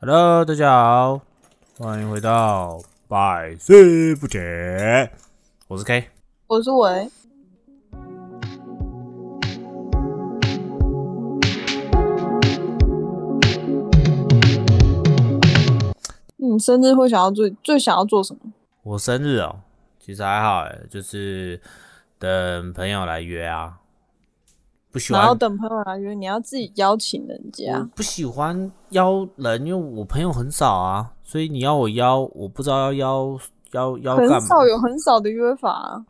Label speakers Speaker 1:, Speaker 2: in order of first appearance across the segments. Speaker 1: Hello，大家好，欢迎回到百思不解，我是 K。
Speaker 2: 我是维，你嗯生日会想要最最想要做什么？
Speaker 1: 我生日哦，其实还好哎，就是等朋友来约啊。不喜
Speaker 2: 然后
Speaker 1: 欢
Speaker 2: 等朋友来约，你要自己邀请人
Speaker 1: 我
Speaker 2: 家。
Speaker 1: 不喜欢邀人，因为我朋友很少啊，所以你要我邀，我不知道要邀邀邀
Speaker 2: 很
Speaker 1: 干嘛
Speaker 2: 少。有很少的约法、啊，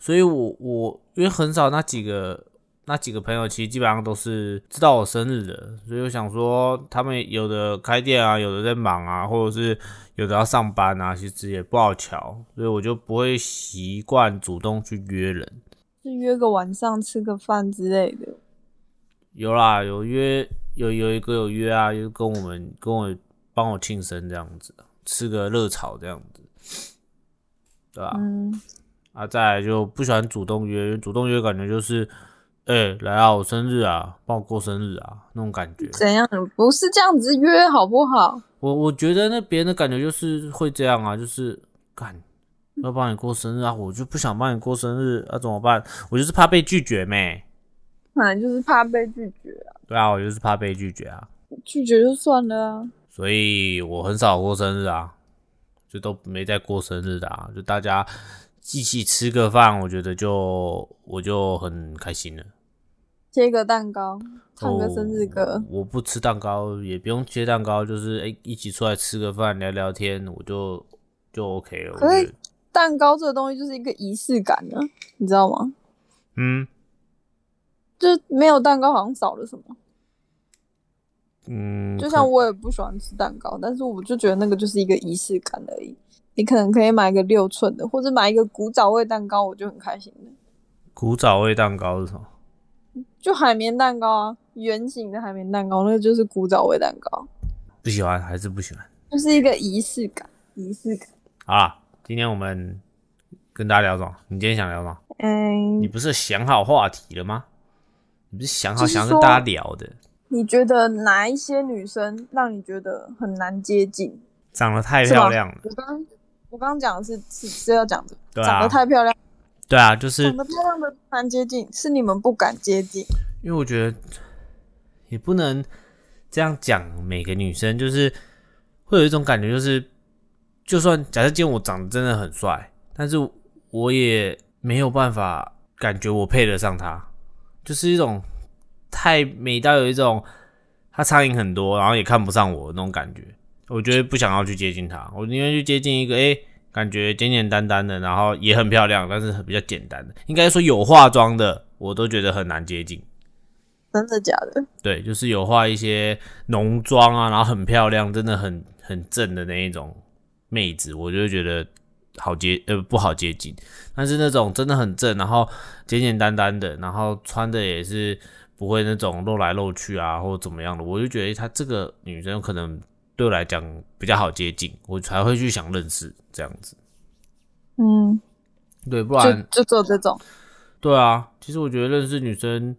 Speaker 1: 所以我我因为很少那几个那几个朋友，其实基本上都是知道我生日的，所以我想说，他们有的开店啊，有的在忙啊，或者是有的要上班啊，其实也不好瞧，所以我就不会习惯主动去约人。
Speaker 2: 是约个晚上吃个饭之类的。
Speaker 1: 有啦，有约有有一个有约啊，就跟我们跟我帮我庆生这样子，吃个热炒这样子，对吧、
Speaker 2: 嗯，
Speaker 1: 啊，再来就不喜欢主动约，因为主动约感觉就是，哎、来啊，我生日啊，帮我过生日啊，那种感觉。
Speaker 2: 怎样？不是这样子约好不好？
Speaker 1: 我我觉得那别人的感觉就是会这样啊，就是干要帮你过生日啊，我就不想帮你过生日啊，怎么办？我就是怕被拒绝没。
Speaker 2: 本来就是怕被拒绝、啊，
Speaker 1: 对啊，我就是怕被拒绝啊，
Speaker 2: 拒绝就算了啊。
Speaker 1: 所以我很少过生日啊，就都没在过生日的啊，就大家一起吃个饭，我觉得就我就很开心了。
Speaker 2: 切个蛋糕，唱个生日歌。
Speaker 1: 哦。我不吃蛋糕，也不用切蛋糕，就是哎、一起出来吃个饭聊聊天，我就就 OK 了。我
Speaker 2: 可是
Speaker 1: 觉得
Speaker 2: 蛋糕这个东西就是一个仪式感啊，你知道吗？
Speaker 1: 嗯
Speaker 2: 就是没有蛋糕好像少了什么。
Speaker 1: 嗯，
Speaker 2: 就像
Speaker 1: 可
Speaker 2: 我也不喜欢吃蛋糕，但是我就觉得那个就是一个仪式感而已。你可能可以买个六寸的，或者买一个古早味蛋糕，我就很开心了。
Speaker 1: 古早味蛋糕是什么？
Speaker 2: 就海绵蛋糕啊，圆形的海绵蛋糕，那个就是古早味蛋糕，
Speaker 1: 不喜欢还是不喜欢？
Speaker 2: 就是一个仪式感，仪式感。
Speaker 1: 好啦，今天我们跟大家聊什么？你今天想聊什么？你
Speaker 2: 嗯，
Speaker 1: 不是想好话题了吗？你不是想好
Speaker 2: 就是
Speaker 1: 想要
Speaker 2: 说
Speaker 1: 跟大家聊的？
Speaker 2: 你觉得哪一些女生让你觉得很难接近？
Speaker 1: 长得太
Speaker 2: 是吗
Speaker 1: 漂亮了，
Speaker 2: 我刚我刚刚讲的是是是要讲的，
Speaker 1: 对啊
Speaker 2: 长得太漂亮。
Speaker 1: 对啊，就是
Speaker 2: 长得漂亮的不难接近，是你们不敢接近。
Speaker 1: 因为我觉得也不能这样讲每个女生，就是会有一种感觉，就是就算假设今天我长得真的很帅，但是我也没有办法感觉我配得上他，就是一种太美到有一种他苍蝇很多，然后也看不上我的那种感觉。我觉得不想要去接近他，我宁愿去接近一个诶、感觉简简单单的，然后也很漂亮，但是比较简单的，应该说有化妆的，我都觉得很难接近。
Speaker 2: 真的假的？
Speaker 1: 对，就是有画一些浓妆啊，然后很漂亮，真的很很正的那一种妹子，我就会觉得好接呃不好接近。但是那种真的很正，然后简简单单的，然后穿的也是不会那种露来露去啊或怎么样的，我就觉得她这个女生可能对我来讲比较好接近，我才会去想认识这样子。
Speaker 2: 嗯，
Speaker 1: 对，不
Speaker 2: 就
Speaker 1: 然
Speaker 2: 就做这种，
Speaker 1: 对啊，其实我觉得认识女生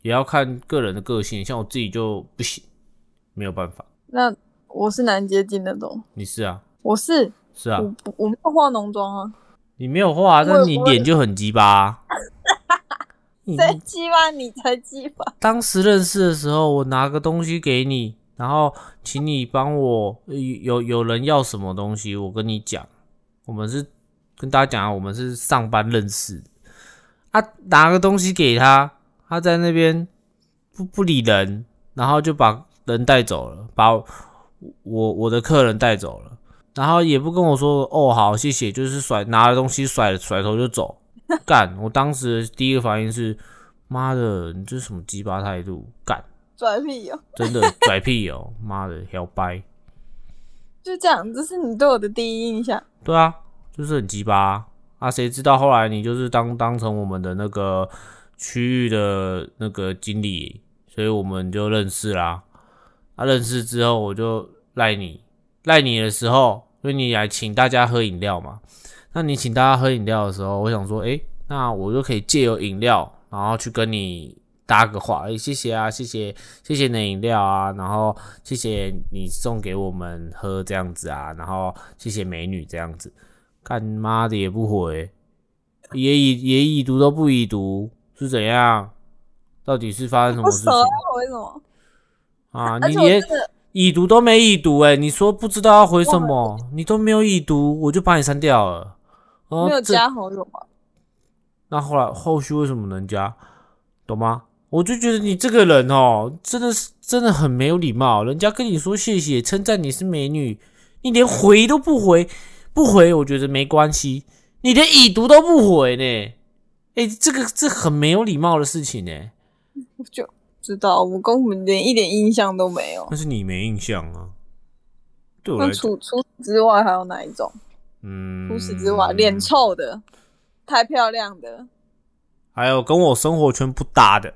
Speaker 1: 也要看个人的个性，像我自己就不行，没有办法。
Speaker 2: 那我是难接近那种。
Speaker 1: 你是啊，
Speaker 2: 我是、
Speaker 1: 是啊
Speaker 2: 我，不我没有化浓妆啊，
Speaker 1: 你没有画啊，
Speaker 2: 我
Speaker 1: 但你
Speaker 2: 我
Speaker 1: 脸就很鸡巴 啊、你
Speaker 2: 谁鸡巴你才鸡巴，
Speaker 1: 当时认识的时候，我拿个东西给你，然后请你帮我，呃有有人要什么东西，我跟你讲，我们是跟大家讲啊，我们是上班认识的啊，拿个东西给他，他在那边不不理人，然后就把人带走了，把我我我的客人带走了，然后也不跟我说哦好谢谢，就是甩拿了东西甩甩头就走，干！我当时第一个反应是。妈的，你这是什么鸡巴态度？干，
Speaker 2: 拽屁哦！
Speaker 1: 真的拽屁哦！妈的，摇掰。
Speaker 2: 就这样，这是你对我的第一印象。
Speaker 1: 对啊，就是很鸡巴啊！啊谁知道后来你就是当当成我们的那个区域的那个经理，所以我们就认识啦。啊，认识之后我就赖你，赖你的时候，因为你来请大家喝饮料嘛。那你请大家喝饮料的时候，我想说，诶、那我就可以借由饮料，然后去跟你搭个话，哎、谢谢啊，谢谢谢谢你的饮料啊，然后谢谢你送给我们喝这样子啊，然后谢谢美女这样子，干妈的也不回，也已也已读都不已读，是怎样？到底是发生什么
Speaker 2: 不
Speaker 1: 事
Speaker 2: 熟
Speaker 1: 情
Speaker 2: 要回什么？
Speaker 1: 啊？
Speaker 2: 而
Speaker 1: 你
Speaker 2: 且我
Speaker 1: 连
Speaker 2: 真的
Speaker 1: 已读都没已读、哎，你说不知道要回什么，你都没有已读，我就把你删掉了。哦
Speaker 2: 没有，
Speaker 1: 这
Speaker 2: 加好友吧？
Speaker 1: 那后来后续为什么能加？懂吗？我就觉得你这个人哦，真的是真的很没有礼貌。人家跟你说谢谢，称赞你是美女，你连回都不回，不回我觉得没关系，你连已读都不回呢。哎、这个这很没有礼貌的事情呢、欸
Speaker 2: 我就知道，我们根本连一点印象都没有。
Speaker 1: 但是你没印象啊。嗯对我来
Speaker 2: 那
Speaker 1: 说，
Speaker 2: 除除此之外还有哪一种？
Speaker 1: 嗯，
Speaker 2: 除此之外，脸臭的、太漂亮的，
Speaker 1: 还有跟我生活圈不搭的，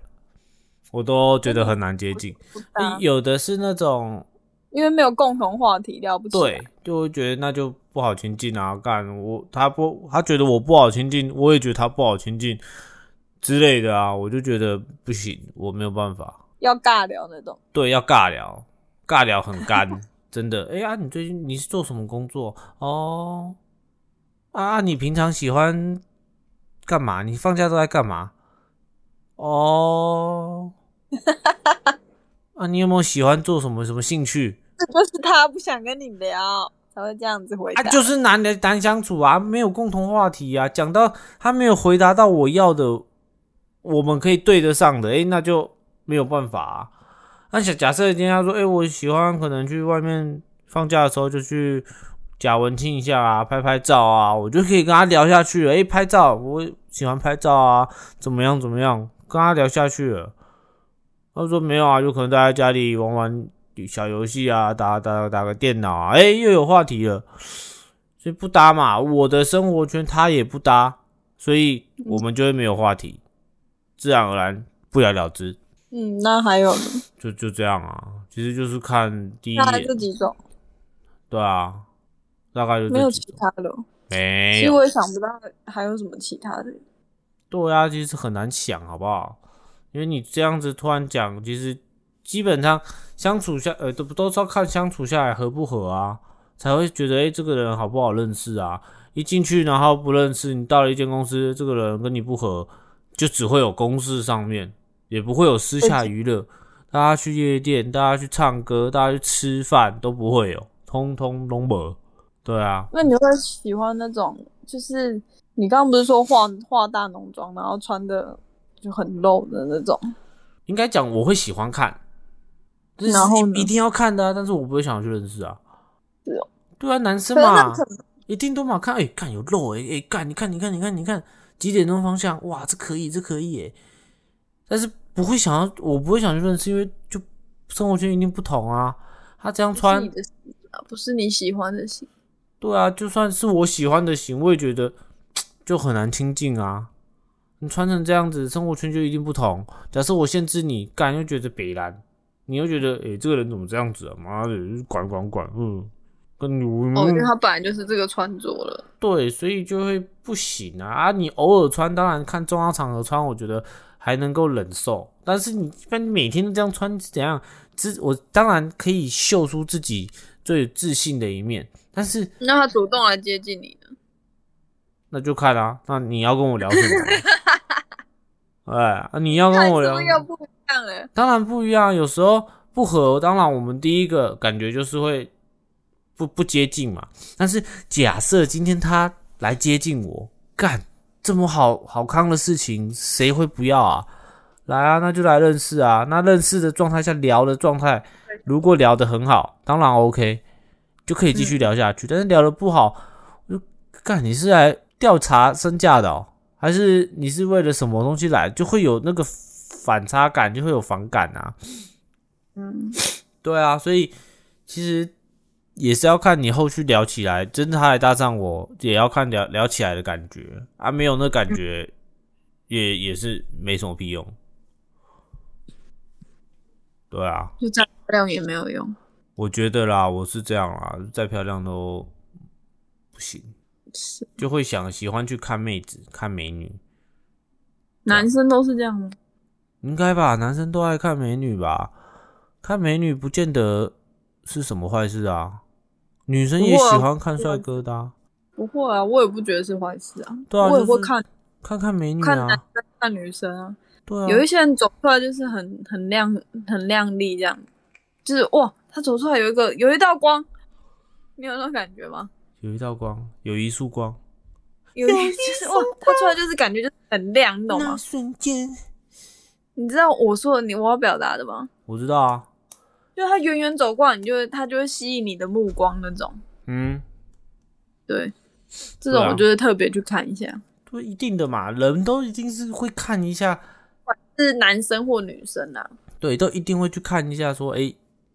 Speaker 1: 我都觉得很难接近。
Speaker 2: 不搭，
Speaker 1: 有的是那种
Speaker 2: 因为没有共同话题，聊不起啊来。
Speaker 1: 对，就会觉得那就不好亲近啊，干我他不他觉得我不好亲近，我也觉得他不好亲近之类的啊，我就觉得不行，我没有办法。
Speaker 2: 要尬聊那种。
Speaker 1: 对，要尬聊，尬聊很干，真的。哎、呀、你最近你是做什么工作？哦，啊，你平常喜欢干嘛？你放假都在干嘛？哦， 啊，你有没有喜欢做什么什么兴趣？
Speaker 2: 这就是他不想跟你聊，才会这样子回答。
Speaker 1: 啊，就是难的难相处啊，没有共同话题啊。讲到他没有回答到我要的，我们可以对得上的，诶、那就没有办法、啊。那假假设今天他说，诶、我喜欢可能去外面放假的时候就去假文青一下啊，拍拍照啊，我就可以跟他聊下去了。诶、拍照，我喜欢拍照啊，怎么样怎么样，跟他聊下去了。他说没有啊，就可能待在家里玩玩小游戏啊，打打打个电脑啊，诶、又有话题了。所以不搭嘛，我的生活圈他也不搭，所以我们就会没有话题，自然而然不了了之，
Speaker 2: 嗯，那还有呢？
Speaker 1: 就就这样啊。其实就是看第一
Speaker 2: 那还
Speaker 1: 眼
Speaker 2: 这，几种，
Speaker 1: 对啊，大概就
Speaker 2: 没有
Speaker 1: 这几
Speaker 2: 其
Speaker 1: 种，
Speaker 2: 他的哦。
Speaker 1: 没
Speaker 2: 其实
Speaker 1: 有，
Speaker 2: 我也想不到还有什么其他的。
Speaker 1: 对啊，其实很难想，好不好？因为你这样子突然讲，其实基本上相处下，呃，都都是要看相处下来合不合啊，才会觉得诶、这个人好不好认识啊。一进去然后不认识，你到了一间公司，这个人跟你不合，就只会有公事上面，也不会有私下娱乐。大家去夜店，大家去唱歌，大家去吃饭都不会有，通通都没有。对啊，
Speaker 2: 那你会喜欢那种，就是你刚刚不是说化化大浓妆，然后穿的就很露的那种？
Speaker 1: 应该讲我会喜欢看，这是
Speaker 2: 然后呢
Speaker 1: 一定要看的、啊，但是我不会想要去认识啊。
Speaker 2: 是哦
Speaker 1: 对啊，男生
Speaker 2: 可是那
Speaker 1: 嘛，
Speaker 2: 可能
Speaker 1: 一定都嘛看，哎、看有肉、哎、哎，干，你看，你看，你看，你看，几点钟方向，哇，这可以，这可以、哎，但是不会想要，我不会想去认识，因为就生活圈一定不同啊。他这样
Speaker 2: 不是
Speaker 1: 穿
Speaker 2: 你，的型啊，不是你喜欢的型。
Speaker 1: 对啊，就算是我喜欢的型，我也觉得就很难亲近啊。你穿成这样子，生活圈就一定不同。假设我限制你，干又觉得北蓝，你又觉得诶、这个人怎么这样子啊？妈的，管管管，嗯，跟你
Speaker 2: 哦，
Speaker 1: 嗯
Speaker 2: 因为他本来就是这个穿着了。
Speaker 1: 对，所以就会不行啊！啊，你偶尔穿，当然看重要场合穿，我觉得还能够忍受。但是你但你每天都这样穿，怎样？自我当然可以秀出自己最有自信的一面，但是
Speaker 2: 那他主动来接近你呢？
Speaker 1: 那就看啊，那你要跟我聊什么？ 哎，啊你要
Speaker 2: 看
Speaker 1: 跟我
Speaker 2: 是
Speaker 1: 聊
Speaker 2: 不，是又不一样欸了？
Speaker 1: 当然不一样。有时候不合，当然我们第一个感觉就是会不不接近嘛。但是假设今天他来接近我，干这么好好康的事情，谁会不要啊？来啊，那就来认识啊。那认识的状态下聊的状态，如果聊得很好，当然 OK，就可以继续聊下去。但是聊得不好，我就干你是来调查身价的哦，还是你是为了什么东西来？就会有那个反差感，就会有反感啊。
Speaker 2: 嗯，
Speaker 1: 对啊，所以其实也是要看你后续聊起来，真的他来搭上我，也要看聊聊起来的感觉啊，没有那感觉也也是没什么屁用。对啊，
Speaker 2: 就这样亮也没有用。
Speaker 1: 我觉得啦，我是这样啦，再漂亮都不行，
Speaker 2: 是
Speaker 1: 就会想喜欢去看妹子、看美女。
Speaker 2: 男生都是这样吗？
Speaker 1: 应该吧？男生都爱看美女吧？看美女不见得是什么坏事啊，女生也
Speaker 2: 不会啊
Speaker 1: 喜欢看帅哥的、啊，
Speaker 2: 不会啊，我也不觉得是坏事啊。
Speaker 1: 对啊
Speaker 2: 我也
Speaker 1: 就
Speaker 2: 会
Speaker 1: 是
Speaker 2: 看
Speaker 1: 看看美女
Speaker 2: 看男
Speaker 1: 啊，
Speaker 2: 生看女生啊。
Speaker 1: 对啊，
Speaker 2: 有一些人走出来就是很很亮很亮丽这样，就是哇，他走出来有一个有一道光，你有那种感觉吗？
Speaker 1: 有一道光，有一束光，
Speaker 2: 有一就是哇，他出来就是感觉就是很亮，你懂吗？
Speaker 1: 瞬间，
Speaker 2: 你知道我说的你我要表达的吗？
Speaker 1: 我知道啊，
Speaker 2: 就是他远远走过来，你就会他就会吸引你的目光那种。
Speaker 1: 嗯，
Speaker 2: 对，这
Speaker 1: 对
Speaker 2: 种
Speaker 1: 啊
Speaker 2: 我就会特别去看一下，
Speaker 1: 对，一定的嘛，人都一定是会看一下，
Speaker 2: 是男生或女生啊。
Speaker 1: 对，都一定会去看一下说，哎、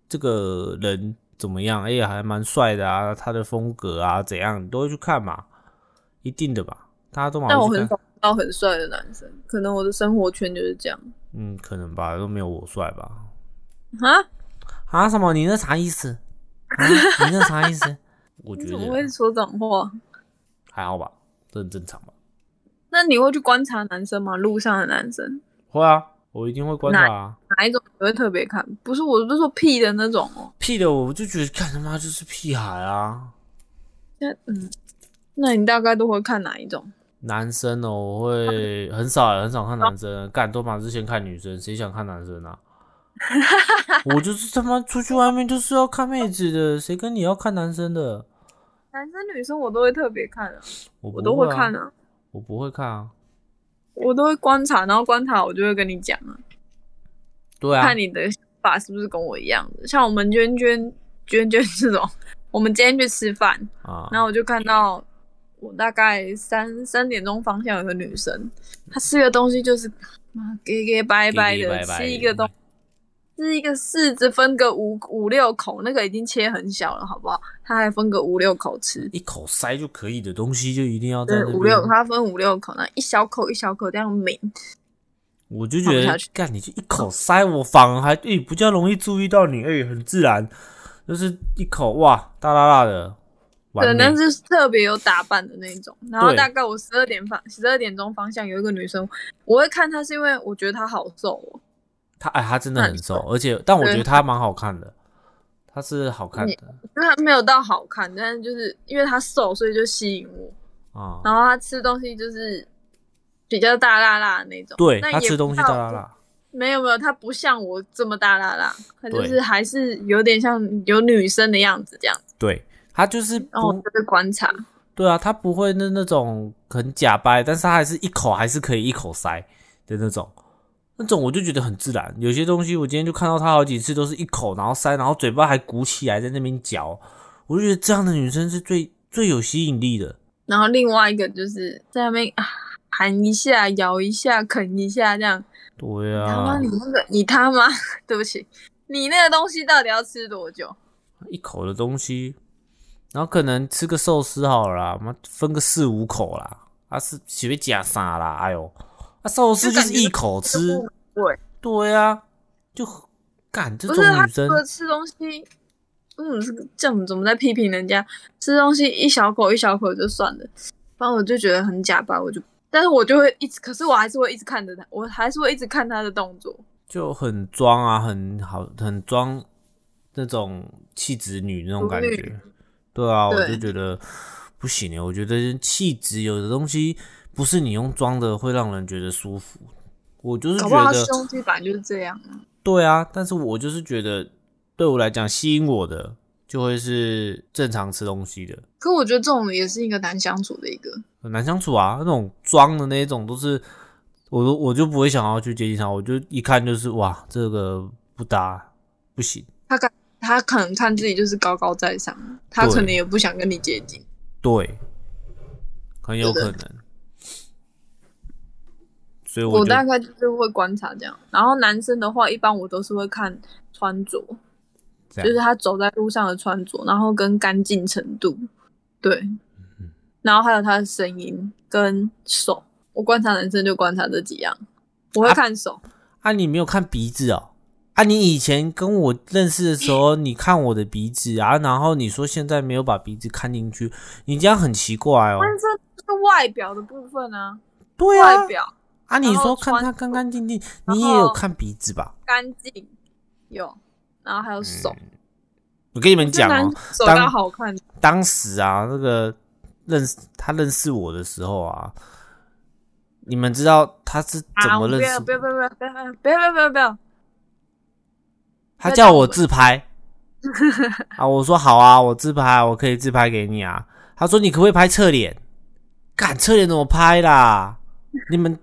Speaker 1: 这个人怎么样？哎、呀，还蛮帅的啊，他的风格啊怎样，你都会去看嘛，一定的吧，大家都嘛
Speaker 2: 但我
Speaker 1: 会去
Speaker 2: 很
Speaker 1: 看
Speaker 2: 少，看到很帅的男生，可能我的生活圈就是这样
Speaker 1: 嗯，可能吧，都没有我帅吧。
Speaker 2: 啊。
Speaker 1: 啊什么？你那啥意思？啊，你那啥意思？ 我觉
Speaker 2: 你
Speaker 1: 得
Speaker 2: 怎么会说这种话？
Speaker 1: 还好吧，这很正常吧。
Speaker 2: 那你会去观察男生吗？路上的男生
Speaker 1: 会啊，我一定会观察啊。
Speaker 2: 哪一种你会特别看？不是，我不是说屁的那种哦。
Speaker 1: 屁的，我就觉得看他妈就是屁孩啊。
Speaker 2: 那嗯，那你大概都会看哪一种？
Speaker 1: 男生哦，我会很少很少看男生，干多嘛是先看女生，谁想看男生 啊？我就是他妈出去外面就是要看妹子的，谁跟你要看男生的？
Speaker 2: 男生女生我都会特别看啊，
Speaker 1: 我
Speaker 2: 我
Speaker 1: 我
Speaker 2: 都会看
Speaker 1: 啊，
Speaker 2: 啊，
Speaker 1: 我不会看啊。
Speaker 2: 我都会观察，然后观察我就会跟你讲啊，
Speaker 1: 对啊
Speaker 2: 看，你的想法是不是跟我一样的。像我们娟娟娟娟这种，我们今天去吃饭，
Speaker 1: 啊，
Speaker 2: 然后我就看到我大概三三点钟方向有个女生，她吃的东西就是妈给给拜拜
Speaker 1: 给给
Speaker 2: 的
Speaker 1: 拜，拜
Speaker 2: 吃一个东，吃一个柿子分个五五六口，那个已经切很小了，好不好？她还分个五六口吃，
Speaker 1: 一口塞就可以的东西就一定要在
Speaker 2: 对，
Speaker 1: 那
Speaker 2: 五
Speaker 1: 边
Speaker 2: 六，她分五六口，那一小口一小口这样抿，
Speaker 1: 我就觉
Speaker 2: 放不
Speaker 1: 得
Speaker 2: 下去，
Speaker 1: 干你就一口塞，我反而还诶、比较容易注意到你，诶、很自然，就是一口哇大辣辣的，完
Speaker 2: 可
Speaker 1: 美
Speaker 2: 能是特别有打扮的那种。然后
Speaker 1: 对
Speaker 2: 大概我十二点方十二点钟方向有一个女生，我会看她是因为我觉得她好瘦、哦。
Speaker 1: 她哎她真的很瘦，而且但我觉得她蛮好看的，她是好看的
Speaker 2: 因为他没有到好看，但是就是因为他瘦，所以就吸引我。
Speaker 1: 啊、
Speaker 2: 然后他吃东西就是比较大辣辣的那种，
Speaker 1: 对
Speaker 2: 但
Speaker 1: 她
Speaker 2: 也
Speaker 1: 吃东西
Speaker 2: 不
Speaker 1: 大
Speaker 2: 到
Speaker 1: 辣。辣，
Speaker 2: 没有没有，他不像我这么大辣辣，他就
Speaker 1: 对
Speaker 2: 是还是有点像有女生的样子这样子。
Speaker 1: 对她就是
Speaker 2: 然后
Speaker 1: 不、
Speaker 2: 我就会观察，
Speaker 1: 对啊，她不会那那种很假掰，但是她还是一口还是可以一口塞的那种。那种我就觉得很自然，有些东西我今天就看到她好几次都是一口，然后塞，然后嘴巴还鼓起来在那边嚼，我就觉得这样的女生是最最有吸引力的。
Speaker 2: 然后另外一个就是在那边啊喊一下、咬一下、啃一下这样。
Speaker 1: 啊对
Speaker 2: 他妈
Speaker 1: 啊，
Speaker 2: 你那个，你他妈， 对不起，你那个东西到底要吃多久？
Speaker 1: 一口的东西，然后可能吃个寿司好了啦，妈分个四五口啦，啊是随便夹啥啦，哎呦，啊寿司就是一口吃，
Speaker 2: 对，
Speaker 1: 对啊，就干这
Speaker 2: 不
Speaker 1: 种
Speaker 2: 是他
Speaker 1: 女生
Speaker 2: 除，了吃东西，嗯，这个这样怎么在批评人家吃东西一小口一小口就算了，反正我就觉得很假吧，我就，但是我就会一直，可是我还是会一直看着他，我还是会一直看他的动作。
Speaker 1: 就很装啊，很好，很装那种气质女那种感
Speaker 2: 淑
Speaker 1: 觉。对啊，我就
Speaker 2: 对
Speaker 1: 觉得不行欸我觉得气质有的东西不是你用装的会让人觉得舒服。我就是
Speaker 2: 搞不好
Speaker 1: 觉
Speaker 2: 他
Speaker 1: 得，
Speaker 2: 胸肌本来就是这样啊，
Speaker 1: 对啊，但是我就是觉得，对我来讲吸引我的就会是正常吃东西的，
Speaker 2: 可我觉得这种也是一个难相处的一个，
Speaker 1: 很难相处啊。那种装的那种都是，我都我就不会想要去接近他，我就一看就是哇，这个不搭，不行。
Speaker 2: 他可能看自己就是高高在上，他
Speaker 1: 对
Speaker 2: 可能也不想跟你接近。
Speaker 1: 对，很有
Speaker 2: 对
Speaker 1: 可
Speaker 2: 的
Speaker 1: 能。所以
Speaker 2: 我
Speaker 1: 我就
Speaker 2: 大概就是会观察这样，然后男生的话，一般我都是会看穿着，
Speaker 1: 这
Speaker 2: 就是
Speaker 1: 样，
Speaker 2: 他走在路上的穿着，然后跟干净程度，对，
Speaker 1: 嗯
Speaker 2: 然后还有他的声音跟手，我观察男生就观察这几样，我会看手，
Speaker 1: 啊，你没有看鼻子哦？啊，你以前跟我认识的时候，你看我的鼻子啊，然后你说现在没有把鼻子看进去，你这样很奇怪哦。
Speaker 2: 但是这是外表的部分啊，
Speaker 1: 对啊
Speaker 2: 外，表，
Speaker 1: 啊，你
Speaker 2: 然后
Speaker 1: 说看
Speaker 2: 穿
Speaker 1: 他干干净净，
Speaker 2: 然
Speaker 1: 你也有
Speaker 2: 后
Speaker 1: 看鼻子吧？
Speaker 2: 干净有，然后还有手，
Speaker 1: 我跟你们嗯讲哦、
Speaker 2: 这男手
Speaker 1: 当
Speaker 2: 刚好看，
Speaker 1: 当时啊，那个认识他认识我的时候啊，你们知道他是怎
Speaker 2: 啊，
Speaker 1: 么
Speaker 2: 我不
Speaker 1: 认
Speaker 2: 要
Speaker 1: 识？
Speaker 2: 不要不要不要不要不要不要，
Speaker 1: 他叫我自拍 啊，我说好啊，我自拍，我可以自拍给你啊。他说你可不可以拍侧脸？干侧脸怎么拍啦？你们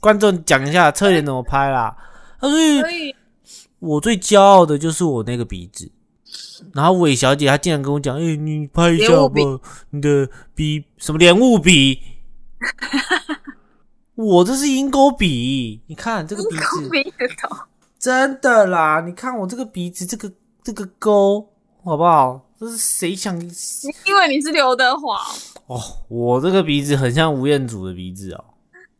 Speaker 1: 观众讲一下侧脸怎么拍啦？他
Speaker 2: 所
Speaker 1: 说
Speaker 2: 以
Speaker 1: 我最骄傲的就是我那个鼻子。然后韦小姐她竟然跟我讲，哎、你拍一下
Speaker 2: 莲雾
Speaker 1: 好不好？你的鼻什么莲雾 鼻？我这是鹰钩鼻，你看这个 鼻子，
Speaker 2: 抠鼻子头，
Speaker 1: 真的啦，你看我这个鼻子，这个这个沟，好不好？这是谁想？
Speaker 2: 因为你是刘德华，
Speaker 1: 哦， 我这个鼻子很像吴彦祖的鼻子哦，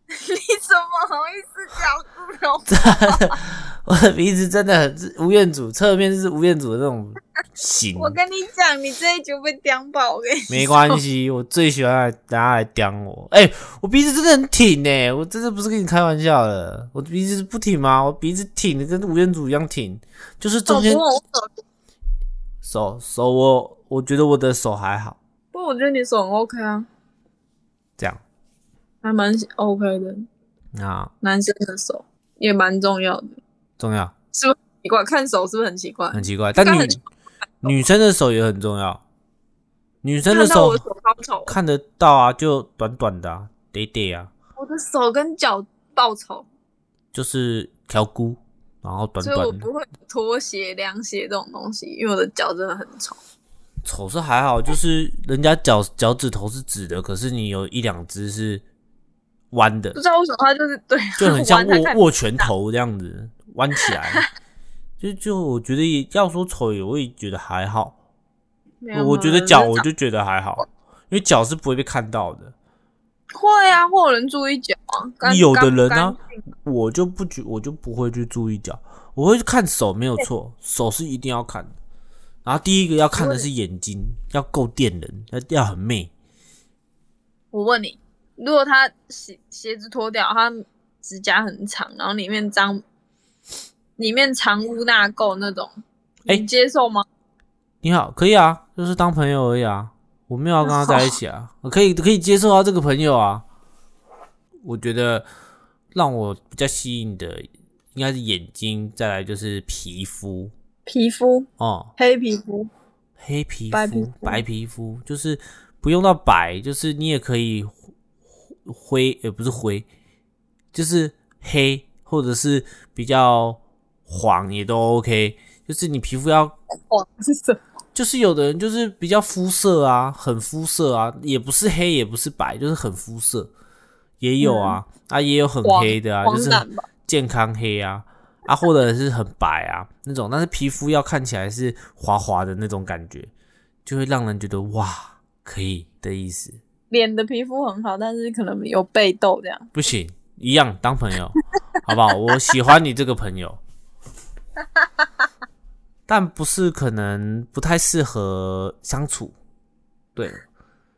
Speaker 2: 你怎么好意思讲这种？
Speaker 1: 我的鼻子真的很是吴彦祖，侧面是吴彦祖的那种型。
Speaker 2: 我跟你讲，你这一局被刁爆，我跟你
Speaker 1: 嗯没关系，我最喜欢来大家来刁我。哎、我鼻子真的很挺哎、我真的不是跟你开玩笑的。我鼻子不挺吗？我鼻子挺的跟吴彦祖一样挺，就是中
Speaker 2: 说，
Speaker 1: 间
Speaker 2: 哦不过我手，
Speaker 1: 手手我我觉得我的手还好，
Speaker 2: 不过我觉得你手很 OK 啊，
Speaker 1: 这样
Speaker 2: 还蛮 OK 的，
Speaker 1: 啊
Speaker 2: 男生的手也蛮重要的。
Speaker 1: 重要。
Speaker 2: 奇怪，看手是不是很奇怪？
Speaker 1: 很奇怪。但
Speaker 2: 刚
Speaker 1: 女
Speaker 2: 才
Speaker 1: 女生的手也很重要，女生的
Speaker 2: 看到
Speaker 1: 手
Speaker 2: 我的手超丑，
Speaker 1: 看得到啊，就短短的、啊，得得啊，
Speaker 2: 我的手跟脚爆丑，
Speaker 1: 就是条菇，然后短
Speaker 2: 所以我
Speaker 1: 短的。
Speaker 2: 不会拖鞋、凉鞋这种东西，因为我的脚真的很丑。
Speaker 1: 丑是还好，就是人家脚脚趾头是直的，可是你有一两只是弯的
Speaker 2: 不，知道为什么他就是对，啊
Speaker 1: 就很像
Speaker 2: 玩他看
Speaker 1: 握握拳头这样子弯起来。 就就我觉得也要说丑，也我也觉得还好。
Speaker 2: 没有
Speaker 1: 我我觉得
Speaker 2: 没有
Speaker 1: 脚
Speaker 2: 人
Speaker 1: 我就觉得还好，因为脚是不会被看到的。
Speaker 2: 会啊，会有人注意脚啊。干
Speaker 1: 有的人啊，
Speaker 2: 干干净
Speaker 1: 我就不觉，我就不会去注意脚，我会去看手，没有错，手是一定要看的。然后第一个要看的是眼睛，要够电人，要要很媚。
Speaker 2: 我问你，如果他鞋鞋子脱掉，他指甲很长，然后里面脏，里面藏污纳垢那种，
Speaker 1: 哎
Speaker 2: 你接受吗？
Speaker 1: 你好，可以啊，就是当朋友而已啊，我没有要跟他在一起 啊，我可以可以接受他这个朋友啊。我觉得让我比较吸引的应该是眼睛，再来就是皮肤
Speaker 2: 皮肤
Speaker 1: 哦、
Speaker 2: 黑皮肤，
Speaker 1: 黑皮
Speaker 2: 白皮
Speaker 1: 肤
Speaker 2: 肤、
Speaker 1: 白皮肤，就是不用到白，就是你也可以灰灰，呃，不是灰，就是黑，或者是比较黄也都 OK。就是你皮肤要，
Speaker 2: 哇，是什么？
Speaker 1: 就是有的人就是比较肤色啊，很肤色啊，也不是黑，也不是白，就是很肤色，也有啊，啊也有很
Speaker 2: 嗯黄
Speaker 1: 黑的啊，就
Speaker 2: 黄
Speaker 1: 是
Speaker 2: 染吧？
Speaker 1: 健康黑啊，啊或者是很白啊那种，但是皮肤要看起来是滑滑的那种感觉，就会让人觉得哇可以的意思。
Speaker 2: 脸的皮肤很好，但是可能有背痘这样。
Speaker 1: 不行，一样当朋友， 好不好？我喜欢你这个朋友， 但不是可能不太适合相处，对，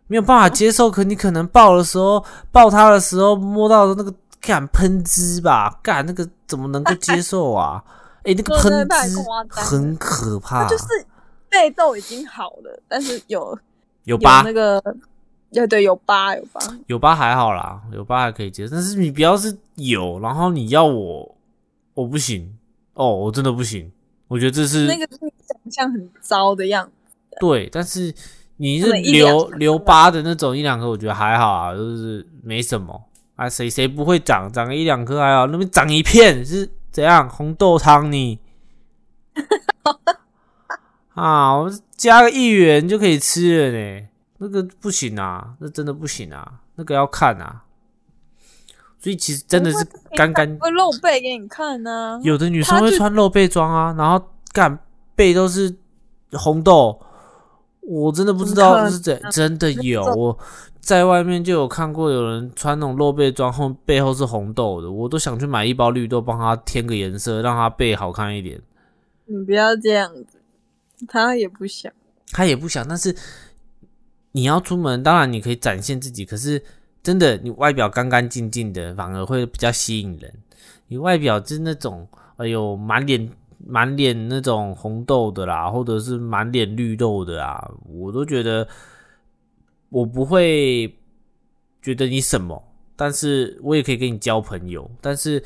Speaker 1: 没有办法接受。可你可能抱的时候，抱他的时候摸到的那个干喷汁吧，干那个怎么能够接受啊？ 哎、那个
Speaker 2: 真
Speaker 1: 喷
Speaker 2: 的太
Speaker 1: 汁
Speaker 2: 夸张了
Speaker 1: 很可怕，
Speaker 2: 就是背痘已经好了，但是有
Speaker 1: 有
Speaker 2: 有
Speaker 1: 疤
Speaker 2: 那个，对对，有疤有疤。
Speaker 1: 有疤还好啦，有疤还可以接受，但是你不要是有，然后你要我，我不行哦，我真的不行，我觉得这是、
Speaker 2: 那个是长相很糟的样子，
Speaker 1: 对，但是你是
Speaker 2: 可能一两
Speaker 1: 留
Speaker 2: 个
Speaker 1: 留疤的那种一两颗，我觉得还好啊，就是没什么啊，谁谁不会长，长个一两颗还好，那边长一片是怎样红豆汤你？啊，我加个一元就可以吃了呢，那个不行啊，那真的不行啊，那个要看啊，所以其实真的是干干
Speaker 2: 会露背给你看啊呢、
Speaker 1: 有的女生
Speaker 2: 她
Speaker 1: 会
Speaker 2: 就
Speaker 1: 穿露背装啊，然后干背都是红豆，我真的不知
Speaker 2: 怎么可
Speaker 1: 道
Speaker 2: 能
Speaker 1: 是怎，真的有
Speaker 2: 这
Speaker 1: 我在外面就有看过有人穿那种露背装，后背后是红豆的，我都想去买一包绿豆帮她添个颜色，让她背好看一点。
Speaker 2: 你不要这样子，他也不 想。
Speaker 1: 她也不想，但是你要出门，当然你可以展现自己，可是真的，你外表干干净净的，反而会比较吸引人。你外表是那种，哎呦，满脸满脸那种红豆的啦，或者是满脸绿豆的啊，我都觉得我不会觉得你什么，但是我也可以跟你交朋友，但是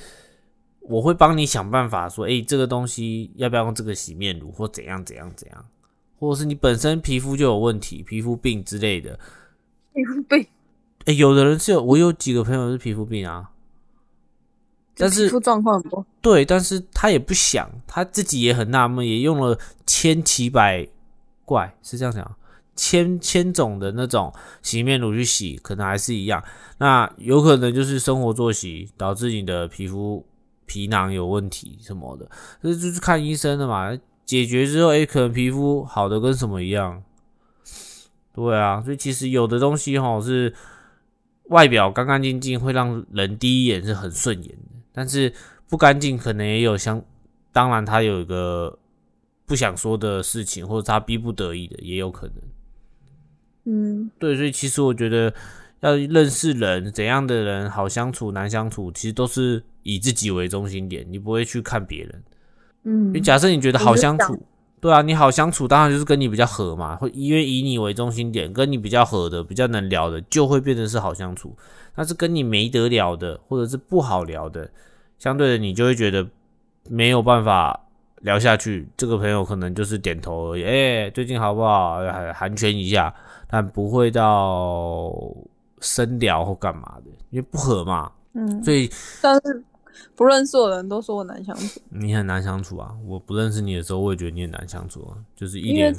Speaker 1: 我会帮你想办法说，哎、这个东西要不要用这个洗面乳，或怎样怎样怎样，或者是你本身皮肤就有问题，皮肤病之类的，
Speaker 2: 皮肤病，
Speaker 1: 哎、有的人是有，我有几个朋友是皮肤病啊，但是
Speaker 2: 皮肤状况很不好，
Speaker 1: 对，但是他也不想，他自己也很纳闷，也用了千奇百怪，是这样讲，千千种的那种洗面乳去洗，可能还是一样。那有可能就是生活作息导致你的皮肤皮囊有问题什么的，这就是看医生的嘛。解决之后，诶、可能皮肤好的跟什么一样。对啊，所以其实有的东西哈是外表干干净净，会让人第一眼是很顺眼的，但是不干净可能也有相，当然他有一个不想说的事情，或者他逼不得已的，也有可能。
Speaker 2: 嗯，
Speaker 1: 对，所以其实我觉得要认识人，怎样的人好相处、难相处，其实都是以自己为中心点，你不会去看别人。
Speaker 2: 嗯
Speaker 1: 因为，假设你觉得好相
Speaker 2: 我就
Speaker 1: 处，对啊，你好相处，当然就是跟你比较合嘛，会因为以你为中心点，跟你比较合的、比较能聊的，就会变成是好相处。但是跟你没得聊的，或者是不好聊的，相对的你就会觉得没有办法聊下去。这个朋友可能就是点头而已，哎、最近好不好？哎寒暄一下，但不会到深聊或干嘛的，因为不合嘛。
Speaker 2: 嗯，
Speaker 1: 所以
Speaker 2: 但是不认识我的人都说我难相处，
Speaker 1: 你很难相处啊！我不认识你的时候，我也觉得你很难相处啊，就是一
Speaker 2: 因为
Speaker 1: 脸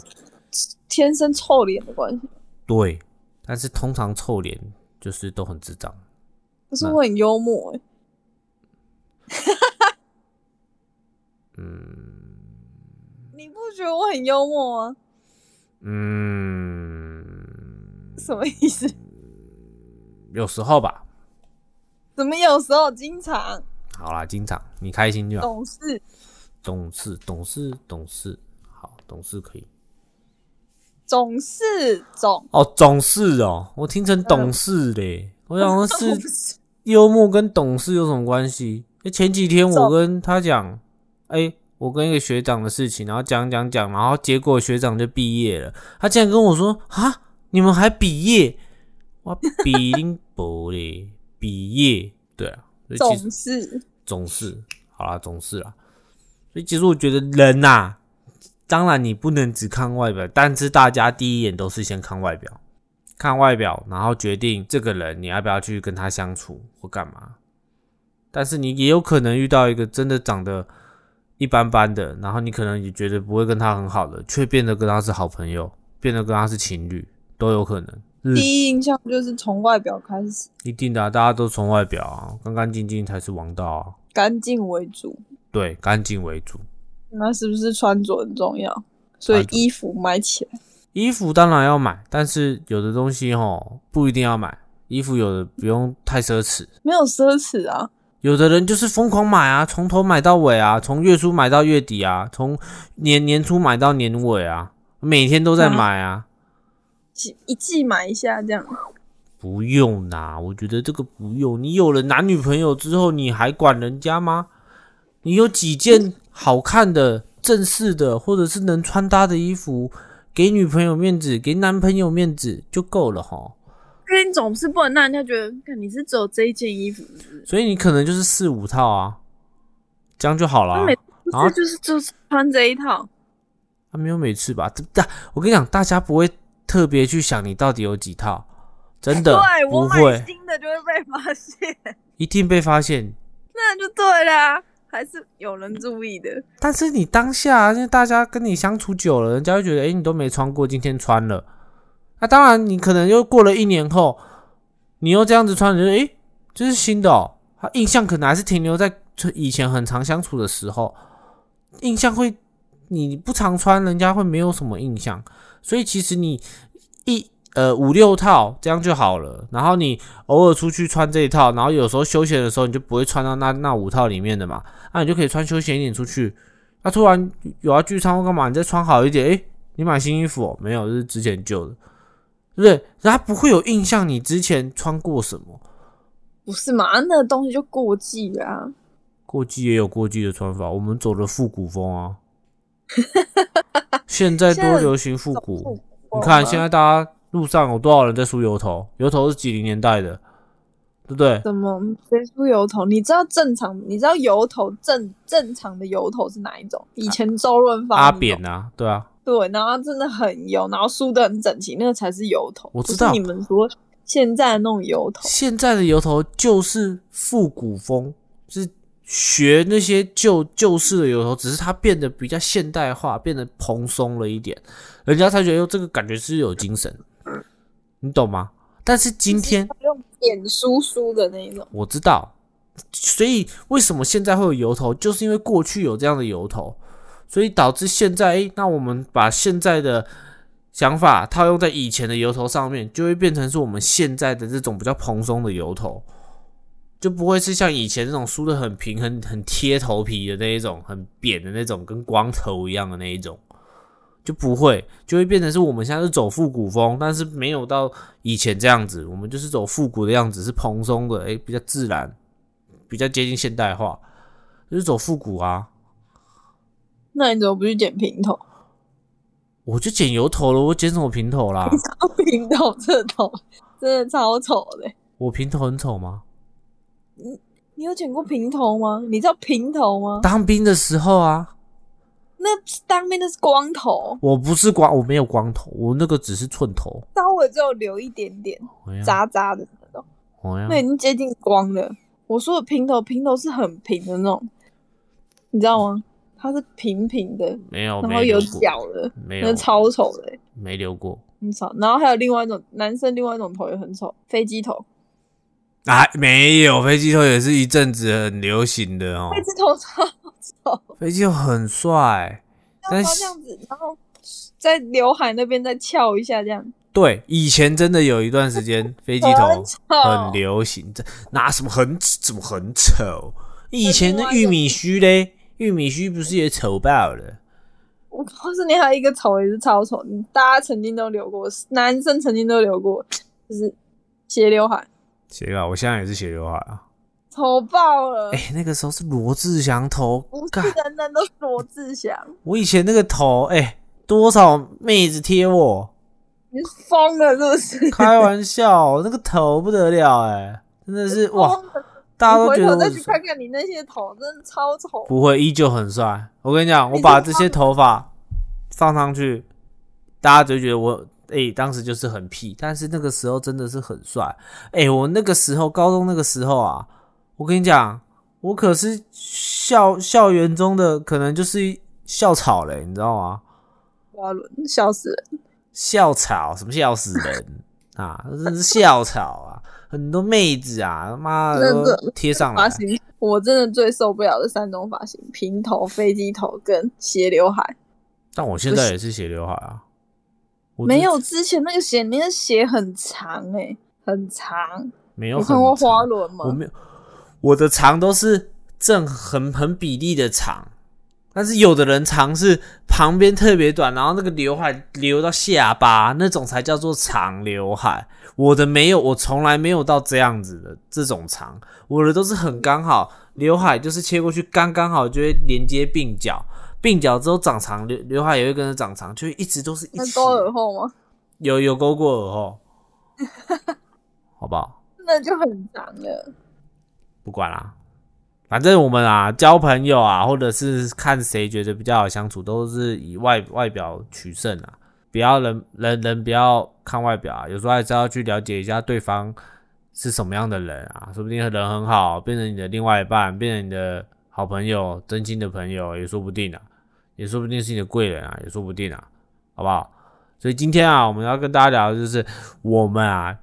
Speaker 2: 天生臭脸的关系。
Speaker 1: 对，但是通常臭脸就是都很智障。
Speaker 2: 可是我很幽默、欸，
Speaker 1: 嗯
Speaker 2: 你不觉得我很幽默吗？
Speaker 1: 嗯，
Speaker 2: 什么意思？
Speaker 1: 有时候吧。
Speaker 2: 怎么有时候经
Speaker 1: 啊
Speaker 2: 常
Speaker 1: 好啦，经常你开心就好。
Speaker 2: 懂事？
Speaker 1: 懂事，懂事，懂事，好，懂事可以。
Speaker 2: 总是总
Speaker 1: 哦，懂事哦，我听成懂事嘞。我想说
Speaker 2: 我
Speaker 1: 是
Speaker 2: 不是
Speaker 1: 幽默跟懂事有什么关系？诶前几天我跟他讲，哎、我跟一个学长的事情，然后讲讲讲，然后结果学长就毕业了。他竟然跟我说：“啊，你们还毕业？我 比林博嘞，毕业。”对啊，所以其实
Speaker 2: 总是
Speaker 1: 总是好啦，总是啦。所以其实我觉得人呐、当然你不能只看外表，但是大家第一眼都是先看外表，看外表，然后决定这个人你要不要去跟他相处或干嘛。但是你也有可能遇到一个真的长得一般般的，然后你可能也觉得不会跟他很好的，却变得跟他是好朋友，变得跟他是情侣都有可能。嗯
Speaker 2: 第一印象就是从外表开始，
Speaker 1: 一定的、啊，大家都从外表啊，干干净净才是王道啊。
Speaker 2: 干净为主。
Speaker 1: 对，干净为主。
Speaker 2: 那是不是穿着很重要？所以
Speaker 1: 穿着
Speaker 2: 衣服买起来，
Speaker 1: 衣服当然要买，但是有的东西吼不一定要买。衣服有的不用太奢侈，
Speaker 2: 没有奢侈啊。
Speaker 1: 有的人就是疯狂买啊，从头买到尾啊，从月初买到月底啊，从年年初买到年尾啊，每天都在买啊。
Speaker 2: 一季买一下这样，
Speaker 1: 不用啦，我觉得这个不用。你有了男女朋友之后，你还管人家吗？你有几件好看的、正式的，或者是能穿搭的衣服，给女朋友面子，给男朋友面子就够了吼。
Speaker 2: 因为你总是不能让人家觉得，看你是只有这一件衣服，是不是？
Speaker 1: 所以你可能就是四五套啊，这样就好啊啦。
Speaker 2: 那每
Speaker 1: 然后
Speaker 2: 不是就是就是穿这一套，
Speaker 1: 啊，没有每次吧？大，我跟你讲，大家不会特别去想你到底有几套，真的
Speaker 2: 对我
Speaker 1: 不
Speaker 2: 买
Speaker 1: 会，
Speaker 2: 新的就会被发现，
Speaker 1: 一定被发现。
Speaker 2: 那就对啦，还是有人注意的。
Speaker 1: 但是你当下、啊因为大家跟你相处久了，人家会觉得，哎、你都没穿过，今天穿了。那、当然，你可能又过了一年后，你又这样子穿，你就哎、诶这是新的哦。他印象可能还是停留在就以前很常相处的时候，印象会你不常穿，人家会没有什么印象。所以其实你一呃五六套这样就好了，然后你偶尔出去穿这一套，然后有时候休闲的时候你就不会穿到那那五套里面的嘛，那你就可以穿休闲一点出去。那、突然有要聚餐或干嘛，你再穿好一点，诶、你买新衣服、哦、没有？这是之前旧的，对不对？然后他不会有印象你之前穿过什么，
Speaker 2: 不是嘛？啊那个东西就过季啦、
Speaker 1: 过季也有过季的穿法，我们走的复古风 啊。现在多流行复古，你看现在大家路上有多少人在梳油头？油头是几零年代的，对不对？
Speaker 2: 怎么谁梳油头？你知道正常，你知道油头正正常的油头是哪一种？以前周润发
Speaker 1: 阿
Speaker 2: 那种
Speaker 1: 扁啊，对啊，
Speaker 2: 对，然后真的很油，然后梳的很整齐，那个才是油头。
Speaker 1: 我知
Speaker 2: 不是
Speaker 1: 道
Speaker 2: 你们说现在的那种油头，
Speaker 1: 现在的油头就是复古风，是学那些旧旧式的油头，只是它变得比较现代化，变得蓬松了一点，人家才觉得哟这个感觉是有精神，你懂吗？但是今天
Speaker 2: 用扁梳梳的那一种。
Speaker 1: 我知道，所以为什么现在会有油头，就是因为过去有这样的油头，所以导致现在，诶，那我们把现在的想法套用在以前的油头上面，就会变成是我们现在的这种比较蓬松的油头，就不会是像以前那种梳的很平、很很贴头皮的那一种，很扁的那种，跟光头一样的那一种。就不会，就会变成是我们现在是走复古风，但是没有到以前这样子，我们就是走复古的样子，是蓬松的，诶、比较自然，比较接近现代化，就是走复古啊。
Speaker 2: 那你怎么不去剪平头？
Speaker 1: 我就剪油头了，我剪什么平头啦？
Speaker 2: 平头这头真的超丑的。
Speaker 1: 我平头很丑吗？
Speaker 2: 你有剪过平头吗？你知道平头吗？
Speaker 1: 当兵的时候啊，
Speaker 2: 那当面那是光头，
Speaker 1: 我不是光，我没有光头，我那个只是寸头。
Speaker 2: 稍微只有留一点点
Speaker 1: 哎呀，
Speaker 2: 渣渣的那种，
Speaker 1: 哎呀
Speaker 2: 那已经接近光了。我说的平头，平头是很平的那种，你知道吗？它是平平的，
Speaker 1: 没有，
Speaker 2: 然
Speaker 1: 哦没
Speaker 2: 后有
Speaker 1: 留过，
Speaker 2: 角的，
Speaker 1: 没
Speaker 2: 那
Speaker 1: 有，
Speaker 2: 超丑的、
Speaker 1: 没留过
Speaker 2: 很丑。然后还有另外一种男生，另外一种头也很丑，飞机头。
Speaker 1: 啊，没有飞机头也是一阵子很流行的哦
Speaker 2: 飞，机头超 丑，
Speaker 1: 飞机头很帅。
Speaker 2: 然
Speaker 1: 但
Speaker 2: 后
Speaker 1: 是
Speaker 2: 这样子，然后在刘海那边再翘一下，这样
Speaker 1: 对，以前真的有一段时间 飞机头
Speaker 2: 很
Speaker 1: 很
Speaker 2: 丑。
Speaker 1: 流行，这拿什么很怎么很丑？以前
Speaker 2: 另
Speaker 1: 的
Speaker 2: 外一
Speaker 1: 玉
Speaker 2: 个
Speaker 1: 米须嘞，玉米须不是也丑爆了？
Speaker 2: 我告诉你，还有一个丑也是超丑，你大家曾经都留过，男生曾经都留过，就是斜刘海，
Speaker 1: 斜刘海，我现在也是斜刘海啊。
Speaker 2: 丑爆了
Speaker 1: 哎、。那个时候是罗志祥头
Speaker 2: 呃不，
Speaker 1: 干
Speaker 2: 是人人都是罗志祥，
Speaker 1: 我以前那个头，哎、多少妹子贴我，
Speaker 2: 你是疯了是不是？
Speaker 1: 开玩笑， 那个头不得了、哎，真的是哇，
Speaker 2: 疯了！
Speaker 1: 大家
Speaker 2: 哦你
Speaker 1: 都
Speaker 2: 回
Speaker 1: 觉得
Speaker 2: 头
Speaker 1: 我
Speaker 2: 再
Speaker 1: 很
Speaker 2: 去
Speaker 1: 帅
Speaker 2: 看看你那些头，真的超丑。
Speaker 1: 不会，依旧很帅。我跟你讲，我
Speaker 2: 你
Speaker 1: 把
Speaker 2: 这
Speaker 1: 这些头发放上去，大家就觉得我哎、当时就是很屁，但是那个时候真的是很帅。哎、我那个时候高中那个时候啊，我跟你讲，我可是校校园中的可能就是校草嘞，你知道吗？
Speaker 2: 花轮笑死人，
Speaker 1: 校草什么笑死人 啊，真是校草啊，很多妹子啊，他妈的
Speaker 2: 真的
Speaker 1: 都贴上来啊
Speaker 2: 发。型我真的最受不了的三种发型：平头、飞机头跟斜刘海。
Speaker 1: 但我现在也是斜刘海啊，我
Speaker 2: 没
Speaker 1: 就
Speaker 2: 有之前那个斜，那个斜很长哎、很长。
Speaker 1: 没有
Speaker 2: 你
Speaker 1: 很
Speaker 2: 看过
Speaker 1: 长
Speaker 2: 花轮吗
Speaker 1: 我？没有，我的长都是正很很比例的长，但是有的人长是旁边特别短，然后那个刘海留到下巴那种才叫做长刘海。我的没有，我从来没有到这样子的这种长，我的都是很刚好，刘海就是切过去刚刚好就会连接鬓角，鬓角之后长长，刘刘海也会跟着长长，就会一直都是一
Speaker 2: 那
Speaker 1: 起
Speaker 2: 高耳后吗？
Speaker 1: 有有勾过耳 后，好不好？
Speaker 2: 那就很长了。
Speaker 1: 不管啦、反正我们啊交朋友啊，或者是看谁觉得比较好相处，都是以外外表取胜啊。不要人人人不要看外表啊，有时候还是要去了解一下对方是什么样的人啊，说不定人很好，变成你的另外一半，变成你的好朋友、真心的朋友也说不定啊，也说不定是你的贵人啊，也说不定啊，好不好？所以今天啊，我们要跟大家聊的就是我们啊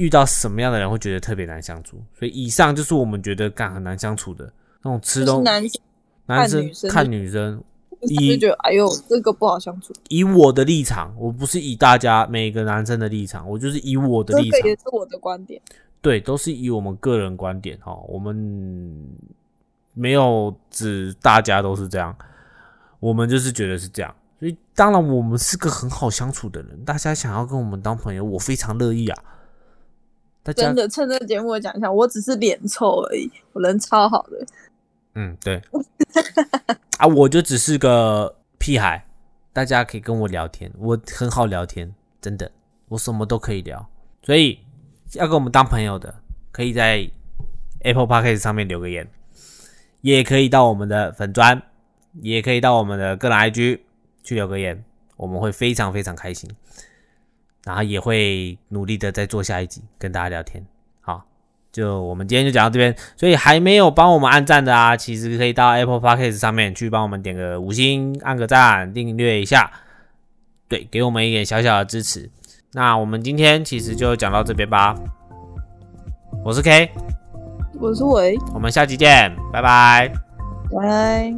Speaker 1: 遇到什么样的人会觉得特别难相处。所以以上就是我们觉得干很难相处的那种吃
Speaker 2: 就是
Speaker 1: 东
Speaker 2: 男生
Speaker 1: 男
Speaker 2: 看
Speaker 1: 生
Speaker 2: 女生
Speaker 1: 看女生。
Speaker 2: 就觉得哎呦，这个不好相处。
Speaker 1: 以我的立场，我不是以大家每个男生的立场，我就是以我
Speaker 2: 这
Speaker 1: 的立
Speaker 2: 个
Speaker 1: 场，
Speaker 2: 也是我的观点。
Speaker 1: 对，都是以我们个人观点哈，我们没有指大家都是这样，我们就是觉得是这样，所以当然我们是个很好相处的人，大家想要跟我们当朋友，我非常乐意啊。大家
Speaker 2: 真的趁这个节目我讲一下，我只是脸臭而已，我人超好的，
Speaker 1: 嗯，对。 啊，我就只是个屁孩，大家可以跟我聊天，我很好聊天，真的，我什么都可以聊。所以要跟我们当朋友的，可以在 Apple Podcast 上面留个言，也可以到我们的粉砖，也可以到我们的个人 IG 去留个言，我们会非常非常开心，然后也会努力的再做下一集跟大家聊天。好，就我们今天就讲到这边，所以还没有帮我们按赞的啊，其实可以到 Apple Podcast 上面去帮我们点个五星，按个赞，订阅一下，对，给我们一点小小的支持。那我们今天其实就讲到这边吧，我是 K，
Speaker 2: 我是维，
Speaker 1: 我们下期见，拜拜。
Speaker 2: 拜。